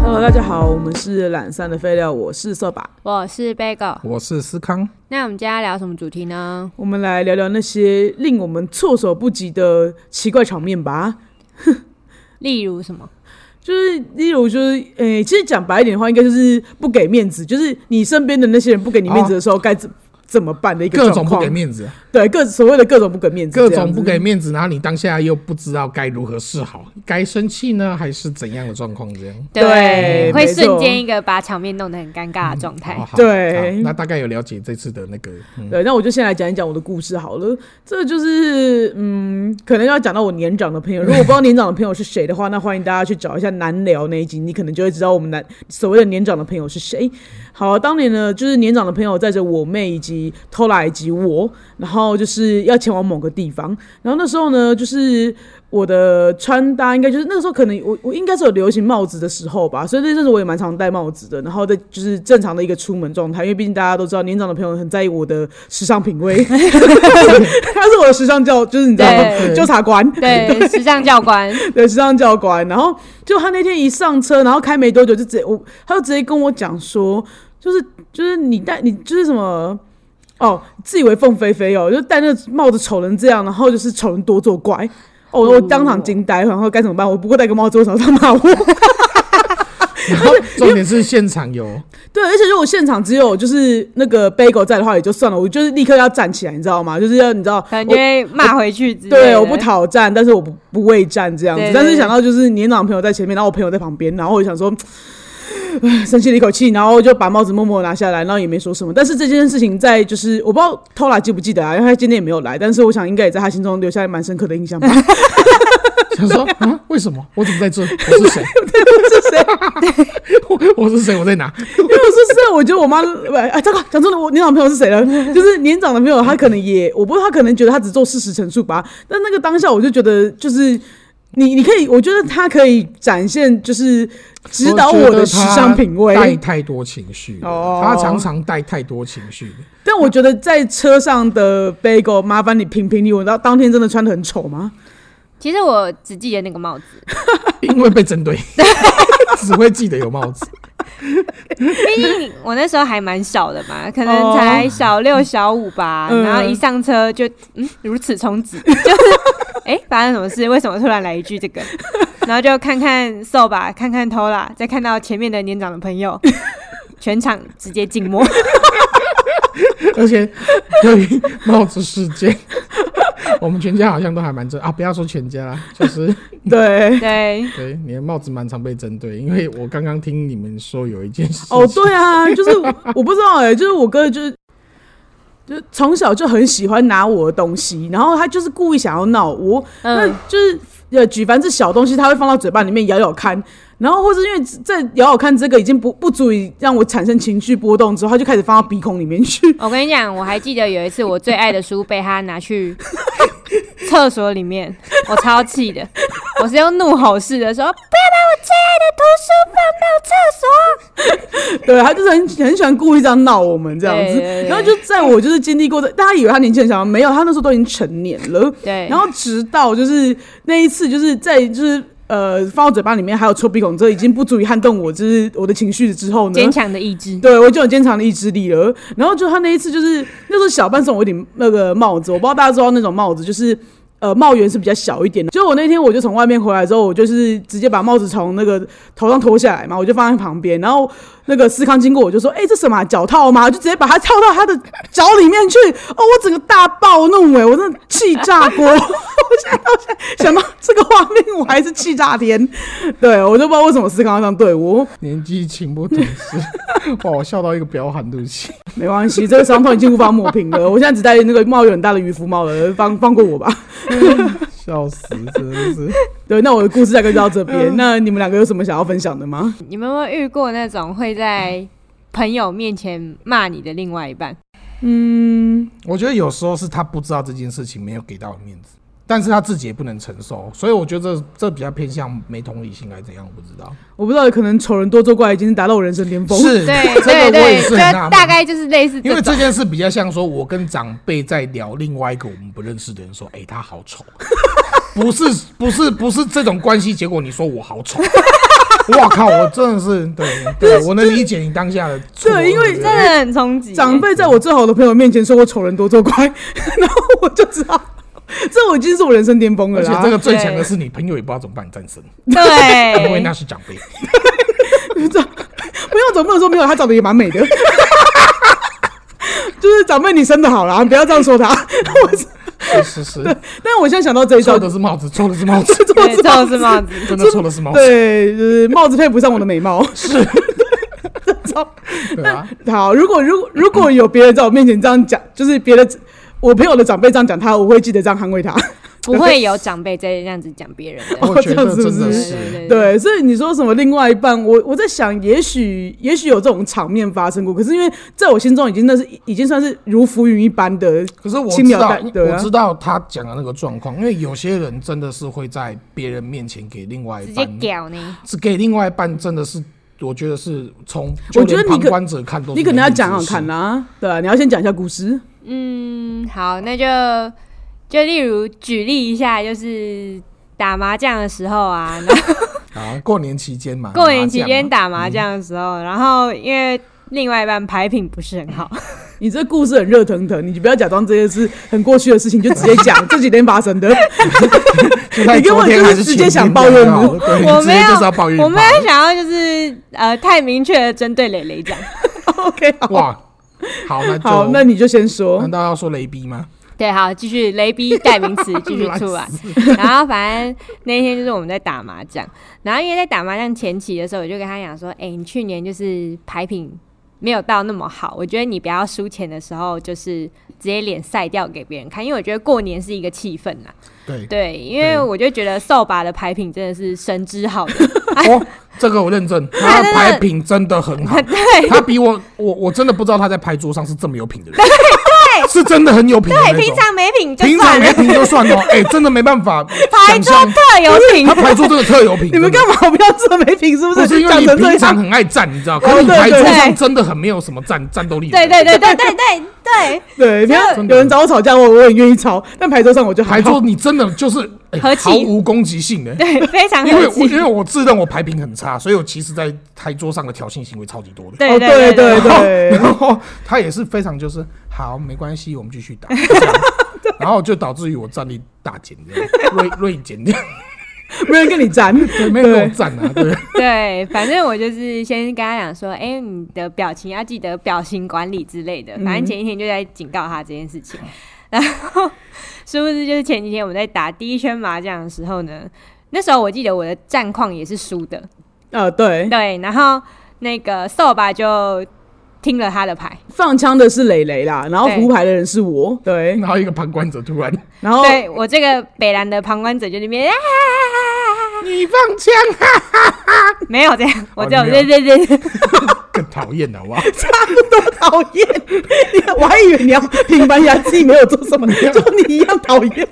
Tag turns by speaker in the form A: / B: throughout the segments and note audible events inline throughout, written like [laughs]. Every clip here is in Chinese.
A: Hello，大家好，我们是懒散的废料，我是色吧。
B: 我是 Bagel。
C: 我是思康，
B: 那我们今天要聊什么主题呢？
A: 我们来聊聊那些令我们措手不及的奇怪场面吧。
B: 例如什么？
A: 就是，例如，就是，诶、其实讲白一点的话，应该就是不给面子，就是你身边的那些人不给你面子的时候，该、怎怎么办的一个
C: 啊各
A: 状
C: 种
A: 况
C: 不给，面子，
A: 对，各所谓的各种不给面子，
C: 各
A: 这样
C: 种
A: 子
C: 不给面子，然后你当下又不知道该如何是好，该生气呢，还是怎样的状况？这样。
A: 对没
B: 会
A: 错
B: 瞬间一个把场面弄得很尴尬的状态
C: 哦。好
A: 对
C: 好那大概有了解这次的那个，
A: [laughs]
C: 嗯，
A: 对，那我就先来讲一讲我的故事好了。这就是，嗯，可能要讲到我年长的朋友。如果不知道年长的朋友是谁的话，那欢迎大家去找一下难聊那一集，你可能就会知道我们男所谓的年长的朋友是谁。好，当年呢，就是年长的朋友载着我妹以及偷来以及我，然后就是要前往某个地方。然后那时候呢，就是我的穿搭应该就是那个时候可能我我应该是有流行帽子的时候吧，所以那阵子我也蛮常戴帽子的。然后在就是正常的一个出门状态，因为毕竟大家都知道年长的朋友很在意我的时尚品味， [laughs] 他是我的时尚教，就是你知道吗？
B: 对
A: 纠察官，
B: 对，
A: [laughs]
B: 时尚教官，
A: 对，时尚教官。然后就他那天一上车，然后开没多久就直接我，他就直接跟我讲说，就是就是你戴你就是什么。哦，自以为凤飞飞哦，就戴那个帽子丑人这样，然后就是丑人多作怪。哦，我当场惊呆，然后该怎么办？我不过戴个帽子，为什么他骂我？ [laughs]
C: 然后重点是现场有，
A: 对，而且如果现场只有就是那个 bagel 在的话，也就算了，我就是立刻要站起来，你知道吗？就是要你知道，
B: 可能就会骂回去之类的。
A: 对，我不讨战，但是我不不畏战这样子。
B: 对对
A: 但是想到就是年长的朋友在前面，然后我朋友在旁边，然后我就想说。唉深吸了一口气，然后就把帽子默默拿下来，然后也没说什么。但是这件事情在就是我不知道偷来记不记得啊，因为他今天也没有来，但是我想应该也在他心中留下蛮深刻的印象吧。
B: [laughs]
C: 想说啊，为什么我怎么在这？我是谁？ [laughs]
A: 是谁？
C: 我我是谁？我在哪？
A: [laughs] 因为我说真的，我觉得我妈，不哎，糟糕，讲错了，我年长朋友是谁了？ [laughs] 就是年长的朋友，他可能也，我不知道，他可能觉得他只做事实陈述吧。但那个当下，我就觉得，就是你，你可以，我觉得他可以展现，就是指导我的时尚品
C: 我觉得他带
A: 味。
C: 太多情绪了，
A: 哦
C: 他常常带太多情绪了。
A: 但我觉得在车上的 bagel，麻烦你评评理，我到当天真的穿的很丑吗？
B: 其实我只记得那个帽子，
C: 因为被针对， [laughs] 只会记得有帽子。
B: [laughs] 毕竟我那时候还蛮小的嘛，可
A: 哦
B: 能才小六、小五吧。
A: 嗯
B: 然后一上车就嗯，如此冲击， [laughs] 就是哎、诶发生什么事？为什么突然来一句这个？然后就看看瘦吧，看看偷啦，再看到前面的年长的朋友， [laughs] 全场直接静 [laughs] 默。
C: 而且由于帽子事件，我们全家好像都还蛮针啊，不要说全家啦，就是
A: 对。
B: 对，
C: 对你的帽子蛮常被针对，因为我刚刚听你们说有一件事情
A: 哦，对啊，就是我不知道哎、就是我哥就是。就是从小就很喜欢拿我的东西，然后他就是故意想要闹我，那
B: 嗯，
A: 就是呃，举凡是小东西，他会放到嘴巴里面咬咬看，然后或是因为在咬咬看这个已经不不足以让我产生情绪波动之后，他就开始放到鼻孔里面
B: [laughs]
A: 去。
B: 我跟你讲，我还记得有一次我最爱的书被他拿去 [laughs] 厕所里面，我超气 [laughs] 的，我是用怒吼式的说：“不要把我最爱的图书放到厕所。”
A: 对，他就是很很喜欢故意这样闹我们这样子。
B: 对对对
A: 然后就在我就是经历过的，大家以为他年纪很小，没有，他那时候都已经成年了。
B: 对，
A: 然后直到就是那一次，就是在就是呃放到嘴巴里面，还有抽鼻孔，这已经不足以撼动我，就是我的情绪之后呢，
B: 坚强的意志。
A: 对我就有坚强的意志力了。然后就他那一次，就是那时候小半送我一顶那个帽子，我不知道大家知道那种帽子，就是。呃，帽檐是比较小一点的。就我那天我就从外面回来之后，我就是直接把帽子从那个头上脱下来嘛，我就放在旁边。然后那个思康经过，我就说：“哎、这什么啊脚、套吗？”我就直接把它套到他的脚里面去。哦，我整个大暴怒哎、我真的气炸锅！ [laughs] 我现在到现在想到这个画面，我还是气炸天。对，我就不知道为什么思康要这样对我。
C: 年纪情不懂事， [laughs] 哇，我笑到一个飙喊，对不起。
A: 没关系，这个伤痛已经无法抹平了。我现在只戴那个帽有很大的渔夫帽了，放放过我吧。 [laughs]
C: 笑死，真的是。
A: 对，那我的故事大概就到这
C: 嗯
A: 边。那你们两个有什么想要分享的吗？
B: 你们有没有遇过那种会在朋友面前骂你的另外一半？
C: 我觉得有时候是他不知道这件事情没有给到你面子，但是他自己也不能承受，所以我觉得这这比较偏向没同理心还是怎样，我不知道。
A: 我不知道，可能丑人多作怪已经达到我人生巅峰。
C: 是，
B: 对
C: [laughs]
B: 对
C: 这个我也
B: 对，
C: 是
B: 就
C: 很纳闷
B: 大概就是类
A: [laughs]
B: 似
C: 因为
B: 这
C: 这
B: 种。
C: 件事比较像说，我跟长辈在聊另外一个我们不认识的人，
A: [laughs]
C: 说：“哎、他 [laughs]
A: [laughs]
C: 好丑。”不是不是不是这种关系，结果你说我好丑，哇靠！我真的是对对，我能理解你当下的错愕。
A: 对因为
B: 真的很冲击、
A: 长辈在我最好的朋友面前说我丑人多做怪， [laughs] 然后我就知道，这我已经是我人生巅峰了
C: 而且
A: 啦。
C: 这个最强的是你朋友也不知道怎么帮你战胜，因为
B: 对
C: 那是长辈。
A: 没有，总不能说没有，他长得也蛮美的。 [laughs] 就是长辈，你生的好啦，不要这样说他。我是，
C: 是是是，
A: 但我现在想到这一招
C: 错，的是帽子，错的
A: [laughs]
C: 是帽子，
B: 对，就是
C: [laughs]
B: 帽子，
C: 真的错的是帽子。
A: 对，就是帽子配不上我的美貌。
C: 对啊，
A: [laughs] 好，如果如果如果有别人在我面前这样讲，就是别的我朋友的长辈这样讲他，我会记得这样捍卫他。
B: 不会有长辈在这样子讲别人的。
A: 哦
C: [laughs] 我
A: 这
C: 觉
A: 样
C: 得
A: 是不
C: 真的
B: 对
A: 是
C: 是。
A: [laughs]
B: 对对，
A: 对，所以你说什么另外一半，我我在想，也许也许有这种场面发生过，可是因为在我心中已经那是已经算是如浮云一般的，
C: 可是我
A: 轻
C: 知
A: 描
C: 道
A: 淡，对啊
C: 我知道他讲的那个状况，因为有些人真的是会在别人面前给另外
B: 直
C: 一
B: 接
C: 半，
B: 屌你，
C: 是给另外一半，真的是我觉得是从
A: 我觉得你
C: 就连
A: 可
C: 旁观者看都是
A: 你可能要讲
C: 难
A: 讲
C: 以置
A: 看
C: 信
A: 啦、对啊，你要先讲一下故事。
B: 嗯，好，那就就例如举例一下，就是打麻将的时候啊，
C: [laughs]
B: 然后
C: 啊，过年期间嘛，
B: 过年期间
C: 打
B: 打麻将的时候，然后因为另外一半牌品不是很好，
A: 你这故事很热腾腾，你就不要假装这些是很过去的事情，就直接讲这几天发
C: [laughs]
A: 生的。
C: 麻将嘛，
A: 你根本就是直接想抱怨
C: 我，
A: 我
C: [laughs] 对
B: 我
C: 直
B: 没
C: 接
B: 有
C: 就是要抱怨你
B: 我
C: 爸
B: 没有想要就是呃太明确的针对蕾蕾讲，
A: OK，好，
C: 哇，好，那就
A: 好，那你就先说
C: 难。道要说雷逼吗？
B: [laughs] 对，好，继续雷逼代名 [laughs] 词继续出来，然后反正那天就是我们在打麻将，然后因为在打麻将前期的时候，我就跟他讲说，哎、你去年就是牌品没有到那么好，我觉得你不要输钱的时候就是直接脸晒掉给别人看，因为我觉得过年是一个气氛啦，
C: 对，
B: 对，因为
C: 对
B: 我就觉得扫把的牌品真的是神之好的， [laughs]
C: 哦，这个我认证，他的牌品真的很好，
B: 对，
C: [laughs] 他比我，我我真的不知道他在牌桌上是这么有品的人，是真的很有品的
B: 对，
C: 那种。
B: 平常没品就
C: 平
B: 算
C: 常
B: 了
C: 没，品就算了，哎，真的没办法
B: 牌
C: 想
B: 桌
C: 象，
B: 特有品
C: 他，牌桌真的特有品。
A: 你们
C: 真的
A: 干嘛不要这么没品？是不
C: 不是因为
A: 讲
C: 你
A: 成这
C: 平常
A: 样？
C: 很爱战，你知道，
A: 哦
C: 可是你
A: 对
C: 牌桌
B: 对
C: 上真的很没有什么战战斗力。
B: 对对对对对对对。
A: [laughs] 对，不要
C: 真的
A: 有人找我吵架，我我很愿意吵，但牌桌上我就还
C: 牌
A: 好
C: 桌。你真的就是、哎
B: 和气
C: 毫无攻击性的、
B: 对，非常
C: 因为
B: 和
C: 我
B: 气。
C: 因为我自认我牌品很差，所以我其实在牌桌上的挑衅行为超级多的。
B: 对
A: 哦，
B: 对
A: 对
C: 然后
A: 对，
C: [laughs] 然
A: [laughs]
C: 后他也是非常就是好，没关系，我们继续打， [laughs] 就这样然后就导致于我战力大减，这样锐锐减掉，
A: [laughs] 没人跟你战。
C: 对，没有跟我战啊，对，
B: [laughs]
C: [laughs]
B: 对，反正我就是先跟他讲说，哎、你的表情要记得表情管理之类的。反正前一天就在警告他这件事情，然后殊不知就是前几天我们在打第一圈麻将的时候呢，那时候我记得我的战况也是输的，
A: 啊，对，
B: 对，然后那个扫把就听了他的牌，
A: 放枪的是磊磊啦，然后
B: 对
A: 胡牌的人是我，对，
C: 然后一个旁观者突然 [laughs]
A: 然后
B: 对我这个北兰的旁观者就里面啊，
C: 你放枪啊，
B: [laughs] 没有这样，我
C: 哦
B: 只有
C: 你没
B: 对
C: 有
B: 对对对， [laughs]
C: 更讨厌了，好不好？
A: [laughs] 讨厌，你看我还以为你要平反一下自己没有做什么，就你一样讨厌，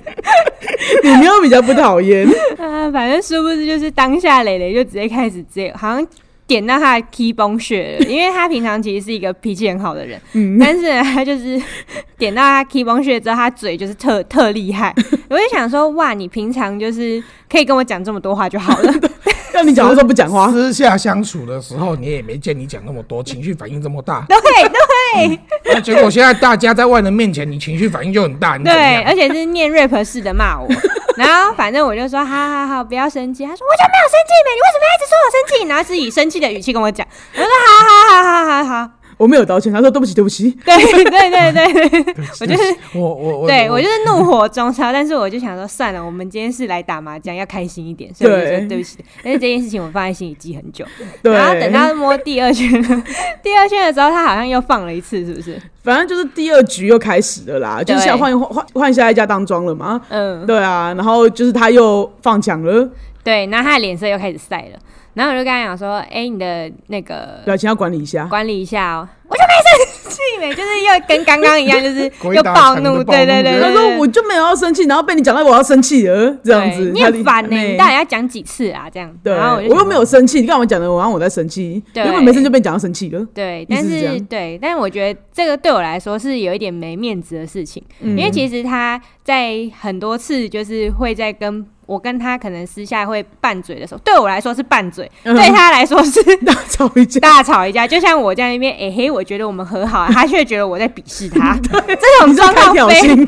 A: [laughs] 你没有比较不讨厌，
B: 啊，反正殊不知就是当下磊磊就直接开始直接好像点到他的 key 崩血了，因为他平常其实是一个脾气很好的
C: [laughs]
B: 人，
C: 嗯
B: 但是呢，他就是 [laughs] 点到他 key 崩血之后，他嘴就是特特厉
C: [laughs]
B: 害。我就想说，哇，你平常就是可以跟我讲这么多话就好了， [laughs]
A: 让 [laughs] 你讲话都不讲话，
C: 私下相处的时候，你也没见你讲那么多，情绪反应这么大， [laughs]
B: 对对
C: 那结果现在大家在外人面前，你情绪反应就很大，你怎么
B: 对，
C: 样？
B: 而且是念 rap 式的
C: [laughs]
B: 骂我。然后反正我就说，好好好，不要生气。他说我就没有生气没，你为什么要一直说我生气？然后是以生气的语气跟我讲。我说好好好好好好，
A: 我没有道歉，他说对不起对不起，
C: [laughs]
B: 对对对对对。我就是
C: 我我我
B: 对我就是怒火中烧，但是我就想说算了，我们今天是来打麻将，要开心一点，所以我就
A: 对
B: 说对不起。但是这件事情我放在心里记很
C: [laughs]
B: 久，
A: 对，
B: 然后等到摸第二圈， [laughs] 第二圈的时候，他好像又放了一次，是不是？
A: 反正就是第二局又开始了啦，就是下换换换下一家当庄了嘛，
B: 嗯，
A: 对啊，然后就是他又放枪了，
B: 对，然后他的脸色又开始晒了，然后我就跟他讲说，哎、你的那个
A: 表情要啊管理一下，
B: 管理一下哦。我就没生气没，就是又跟刚刚一样，就是
C: [laughs] 鬼
B: 又
C: 打
B: 暴
C: 墙
B: 怒，
C: 的暴
B: 对
C: 怒
B: 对对
C: 对
A: 他说我就没有要生气，然后被你讲到我要生气了，这
B: 这
A: 样子，
B: 你
A: 他
B: 很烦呢、欸
A: 对
B: 你到底要讲几次啊？这样，
A: 对，
B: 然后嗯
A: 我
B: 我就
A: 又
B: 想
A: 没有生气，你干嘛讲的我让我在生气？
B: 对
A: 原本没生气就被你讲到生气了， [laughs] 意
B: 对，
A: 思
B: 但
A: 是这
B: 是
A: 样
B: 对，但我觉得这个对我来说是有一点没面子的事情，
A: 嗯
B: 因为其实他在很多次就是会在跟我跟他可能私下会拌嘴的时候，对我来说是拌嘴，
A: 嗯
B: 对他来说是
A: 大吵一架，
B: 大吵一架。就像我在那边，哎、嘿，我觉得我们
A: [laughs]
B: 和好，啊他却觉得我在鄙视他，这种
A: 你是
B: 状
A: 太
B: 况
A: 挑
B: 非 [laughs]
A: 衅，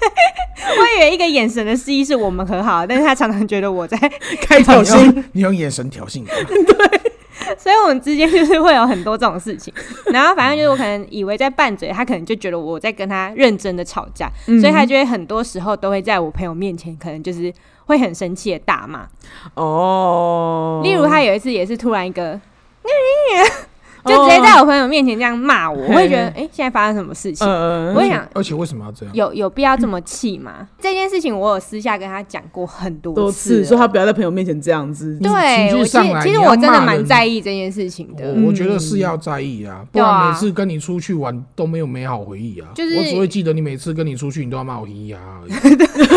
B: 我以为一个眼神的示意是我们和好，但是他常常觉得我在， [laughs]
A: 开挑
C: 你
A: 衅，
C: 用你用眼神挑衅他，
B: 所以我们之间就是会有很多这种
A: [laughs]
B: 事情。然后反正就是我可能以为在拌嘴，他可能就觉得我在跟他认真的吵架，
A: 嗯
B: 所以他就会很多时候都会在我朋友面前，可能就是会很生气的大骂。
A: 哦，
B: 例如他有一次也是突然一个，
A: 哦
B: 就直接在我朋友面前这样骂我，我会觉得哎、诶现在发生什么事情？
A: 呃，
B: 我会想
C: 而且为什么要这样？
B: 有有必要这么气吗？这件事情我有私下跟他讲过很
A: 多
B: 多
A: 次
B: 次，啊
A: 说他。不要在朋友面前这样子，
B: 对，啊
C: 情绪
B: 我其
C: 上
B: 实
C: 来
B: 其
C: 你
B: 实
C: 要
B: 我真的
C: 骂
B: 蛮
C: 人哦
B: 在意这件事情的。
C: 我我觉得是
A: 嗯
C: 要在意啊，不
B: 对啊
C: 然每次跟你出去玩都没有美好回忆啊。
B: 就是
C: 我只会记得你每次跟你出去，你都要骂我咿呀而
A: [laughs]
C: 已。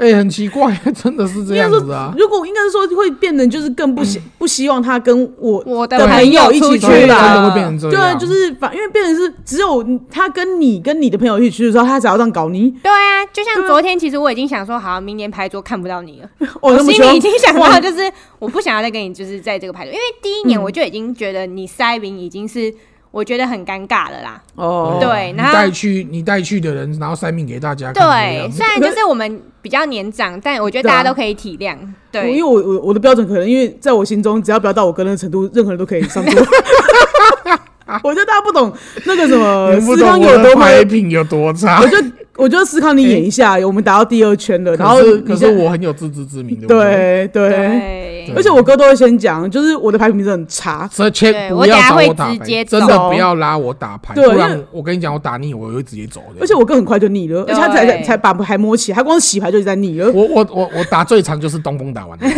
C: 哎、很奇怪， [laughs] 真的是这样子啊。
A: 如果应该是说会变得就是更不
B: [clears throat]
A: 希不希望他跟我，
B: 我的
A: 的
B: 朋
A: 朋友
B: 出
A: 出
B: 去
A: 去
C: 对真
A: 啦
C: 的
B: 了，
C: 会变成这
A: 对啊，
C: 样。
A: 就是反因为变成是只有他跟你跟你的朋友一起去的时候，他才要这样搞你，
B: 对啊，就像昨天，其实我已经想说，好，明年牌桌看不到你了。
A: 哦，
B: 我
A: 那么
B: 心
A: 凶
B: 里已经想
A: 哇
B: 到，就是我不想要再跟你，就是在这个牌桌，因为第一年我就已经觉得你塞明已经是我觉得很尴尬了啦。
A: 哦，
B: 对
C: 你
B: 然后
C: 带去你带去的人，然后塞命给大家看怎么
B: 对，
C: 样
B: 虽然就是我们比较年长，但我觉得大家都可以体谅。
A: 我因
B: 对
A: 为，我我我的标准可能因为在我心中，只要不要到我哥那个程度，任何人都可以上桌。 [laughs] 我觉得大家不懂那个什么
C: 呃你不
A: 思
C: 懂
A: 康
C: 我
A: 有
C: 的
A: 多么
C: 牌品有多
A: [laughs]
C: 差
A: 我。就我就思康你演一下，我们打到第二圈了，然后
C: 可是
A: 你
C: 可是
A: 现
C: 我很有自知之明的。
A: 对对，
B: 对
C: 对
A: 而且我哥都会先讲，就是我的牌品真的很差，
C: 所以切
B: 对我
C: 不
B: 等
C: 要
B: 下
C: 找
B: 会
C: 打
B: 直接
C: 牌，真的
A: 走
C: 不要拉我打牌，
A: 对
C: 不
A: 因
C: 然
A: 为
C: 我跟你讲，我打腻我我会直接走的。
A: 而且我哥很快就腻了，而且他才
B: 对
A: 才把牌摸起来，他光洗牌就一直在腻了。
C: 我我我我打最长就是东风打
A: [laughs]
C: 完了，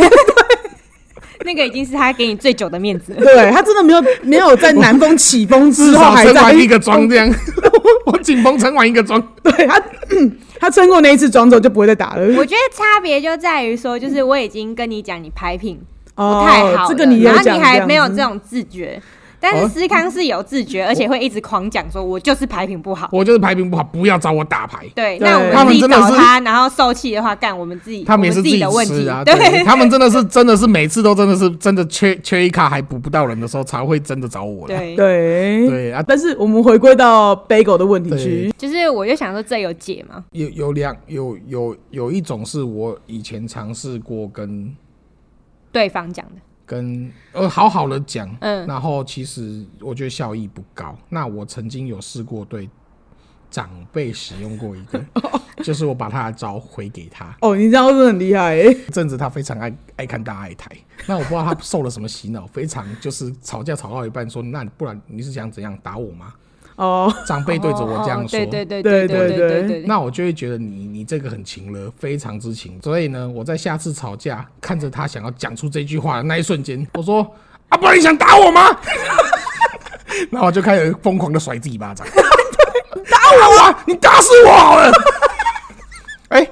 B: 那个已经是他给你最久的面子了。 [laughs]
A: 对他真的没有没有在南风起风
C: 至
A: 之后
C: 少
A: 还
C: 撑
A: 在
C: 完一个庄这样。 [laughs] 我紧绷撑完一个庄，
A: 对他 [laughs] 他撑过那一次庄之后就不会再打了。
B: 我觉得差别就在于说，就是我已经跟你讲你牌品
A: 哦
B: 不太好了、
A: 这个你有
B: 然后
A: 讲
B: 你还没有
A: 子
B: 这种自觉。但是思康是有自觉，而且会一直狂讲说，我就是牌品不好。
C: 我就是牌品不好，不要找我打牌。
B: 对，
A: 对
B: 那我
A: 他
B: 们
C: 哦们
B: 自己
C: 真的
B: 找
C: 是
B: 他，然后受气的话，干我们自己，
C: 他们也
B: 我
C: 是
B: 自
C: 己
B: 的问题
C: 吃啊，。
B: 对，
C: 他们真的是真的是每次都真的是真的缺缺一卡还补不到人的时候，才会真的找我啦。
B: 对，
A: 对
C: 对啊，
A: 但是我们回归到 bagel 的问题
C: 对
A: 去，
B: 就是我就想说，这有解吗？
C: 有有两有有有一种是我以前尝试过跟
B: 对方讲的，
C: 跟呃好好的讲，
B: 嗯
C: 然后其实我觉得效益不高。那我曾经有试过对长辈使用过一个，就是我把他的招回给他。
A: 哦，你这样真的很厉害欸、
C: 一阵子他非常爱爱看大爱台， [laughs] 那我不知道他受了什么洗脑，非常就是吵架吵到一半说，那不然你是想怎样打我吗？
A: 哦，
C: 长辈对着我这样
B: 哦
C: 说，
B: 对对对
A: 对
B: 对
A: 对
B: 对
A: 对
B: 对。
C: 那我就会觉得你你这个很情了，非常之情。所以呢，我在下次吵架，看着他想要讲出这句话的那一瞬间，我说：“啊，不然你想打我吗？” [laughs] 然后我就开始疯狂的甩自己巴掌，打我啊！你打死我好了。 [laughs] 哎、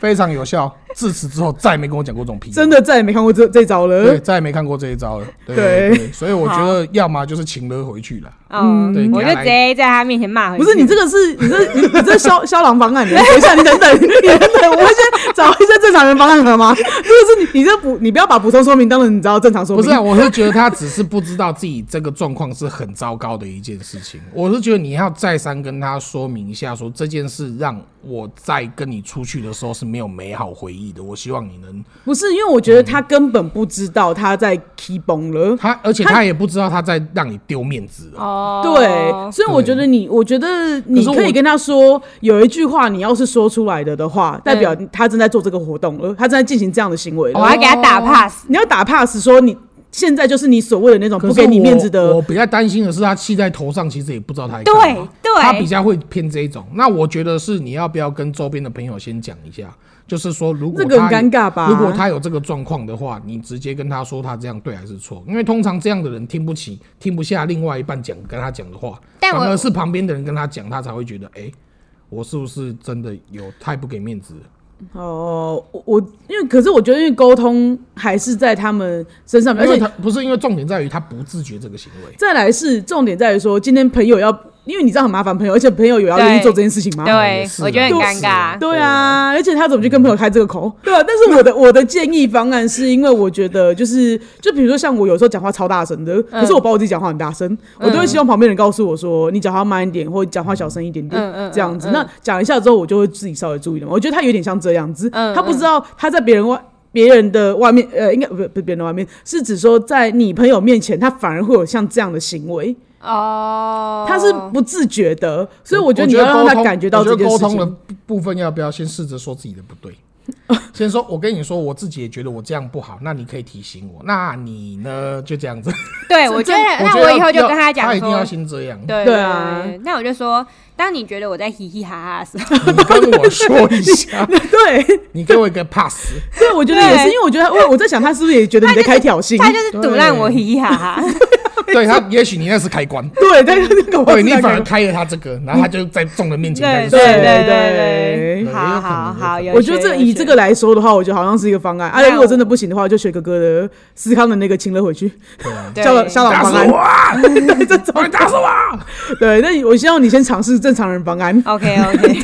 C: 非常有效。自此之后，再也没跟我讲过这种屁话。
A: 真的再也没看过这这招
C: 对，
A: 了。
C: 再也没看过这一
A: [laughs]
C: 招了。对
A: 呃对
C: 对，所以我觉得要么就是请了回去了。
B: 哦
C: 对，
B: 我
C: 给
B: 就
C: 他来
B: 直接在他面前骂回去。
A: 不是你这个是你这你你这 [laughs] 消消狼方案，你等一下，你等等，你等等，我会先找一些正常人方案好吗？这个是你你这补，你不要把补充说明当成你知道正常说
C: 不
A: 明。[laughs]
C: 是、啊，我是觉得他只是不知道自己这个状况是很糟糕的一件事情。我是觉得你要再三跟他说明一下，说这件事让我在跟你出去的时候是没有美好回忆的。我希望你能
A: 不是，因为我觉得他根本不知道他在 key 崩了。
C: 他，而且他也不知道他在让你丢面子啊了。
B: 哦，
A: 对，所以我觉得你，我觉得你
C: 可是
A: 可以
C: 我
A: 跟他说，有一句话你要是说出来的的话，代表他正在做这个活动了，他正在进行这样的行为
C: 哦
A: 了。
B: 我还给他打 pass。
A: 你要打 pass 说你现在就是你所谓的那种哦不给你面子
C: 可是我，我
A: 的，
C: 比较担心的是他气在头上，其实也不知道他在干嘛
B: 对对
C: 他比较会偏这一种。那我觉得是你要不要跟周边的朋友先讲一下，就是说如果
A: 这
C: 他
A: 个很尴尬吧？
C: 如果他有这个状况的话，你直接跟他说他这样对还是错，因为通常这样的人听不起、听不下另外一半讲跟他讲的话，
B: 但
C: 反
B: 我
C: 而是旁边的人跟他讲，他才会觉得，哎、我是不是真的有太不给面子了？
A: 哦，我我因为可是我觉得，因为沟通还是在他们身上面，而
C: 因为
A: 且
C: 他不是因为重点在于他不自觉这个行为，
A: 再来是重点在于说，今天朋友要因为你这样很麻烦朋友，而且朋友有要愿意
B: 对
A: 做这件事情吗？
B: 对
C: 也，是啊
B: 我觉得很尴尬。
A: 对啊，而且他怎么去跟朋友开这个口？ [laughs] 对啊，但是我的我的建议方案是因为我觉得就是就比如说像我有时候讲话超大声的，
B: 嗯
A: 可是我把我自己讲话很大声，我都会希望旁边人告诉我说你讲话慢一点，或者讲话小声一点点，
B: 嗯嗯嗯
A: 这样子。
B: 嗯
A: 那讲一下之后，我就会自己稍微注意了嘛。我觉得他有点像这样子，
B: 嗯
A: 他不知道他在别人外。别人的外面，呃，应该不不是别人的外面，是指说在你朋友面前，他反而会有像这样的行为，
B: 哦，
A: 他是不自觉的，所以我
C: 我
A: 觉得你要让
C: 沟
A: 他
C: 通
A: 感觉到
C: 我
A: 这
C: 觉
A: 件
C: 得
A: 事
C: 沟
A: 情。
C: 通的部分要不要先试着说自己的不对？ [laughs] 先说，我跟你说，我自己也觉得我这样不好，那你可以提醒我。那你呢？就这样子。
B: 对，我觉得
C: 这
B: [laughs] 那
C: 觉
B: 我
C: 得
B: 以后就
C: 要
B: 跟他讲
C: 他
B: 说，
C: 一定要先这样。
B: 对
A: 对啊
B: 对那我就说，当你觉得我在嘻嘻哈哈的时
C: [laughs]
B: 候，
C: 你跟我说
B: [laughs]
C: 一下，
A: [laughs] 对，
C: 你给我一个 pass。
A: [laughs] 对，我觉得也是，
B: 对
A: 因为我觉得我我在想，他是不是也觉得你在开挑衅？
B: 他就是堵烂我嘻嘻哈哈。
C: 对他，也许你那是
B: [laughs]
C: 开关，
A: 对，他就是搞不好
C: 对
A: 是
C: 你
A: 在
C: 反
A: 开
C: 而开了他这个，然后他就在众人面前开
B: [laughs] 对
C: 始
B: 对
C: 说。
A: 对
B: 对
A: 对
B: 对，好好好，有
A: 我觉得
B: 学
A: 这
B: 有
A: 以
B: 学
A: 这个来说的话，我觉得好像是一个方案。而
B: 那
A: 且如果真的不行的话，就学哥哥的思康的那个亲了回
B: [laughs]
A: 去，
C: 对啊，
B: 对
A: 肖老肖老
C: 打
A: 方
C: 死
A: 案
C: 我。啊！
B: [laughs]
C: [laughs] 快打死我啊！
A: 对，那我希望你先尝试正常人方案。
B: OK OK，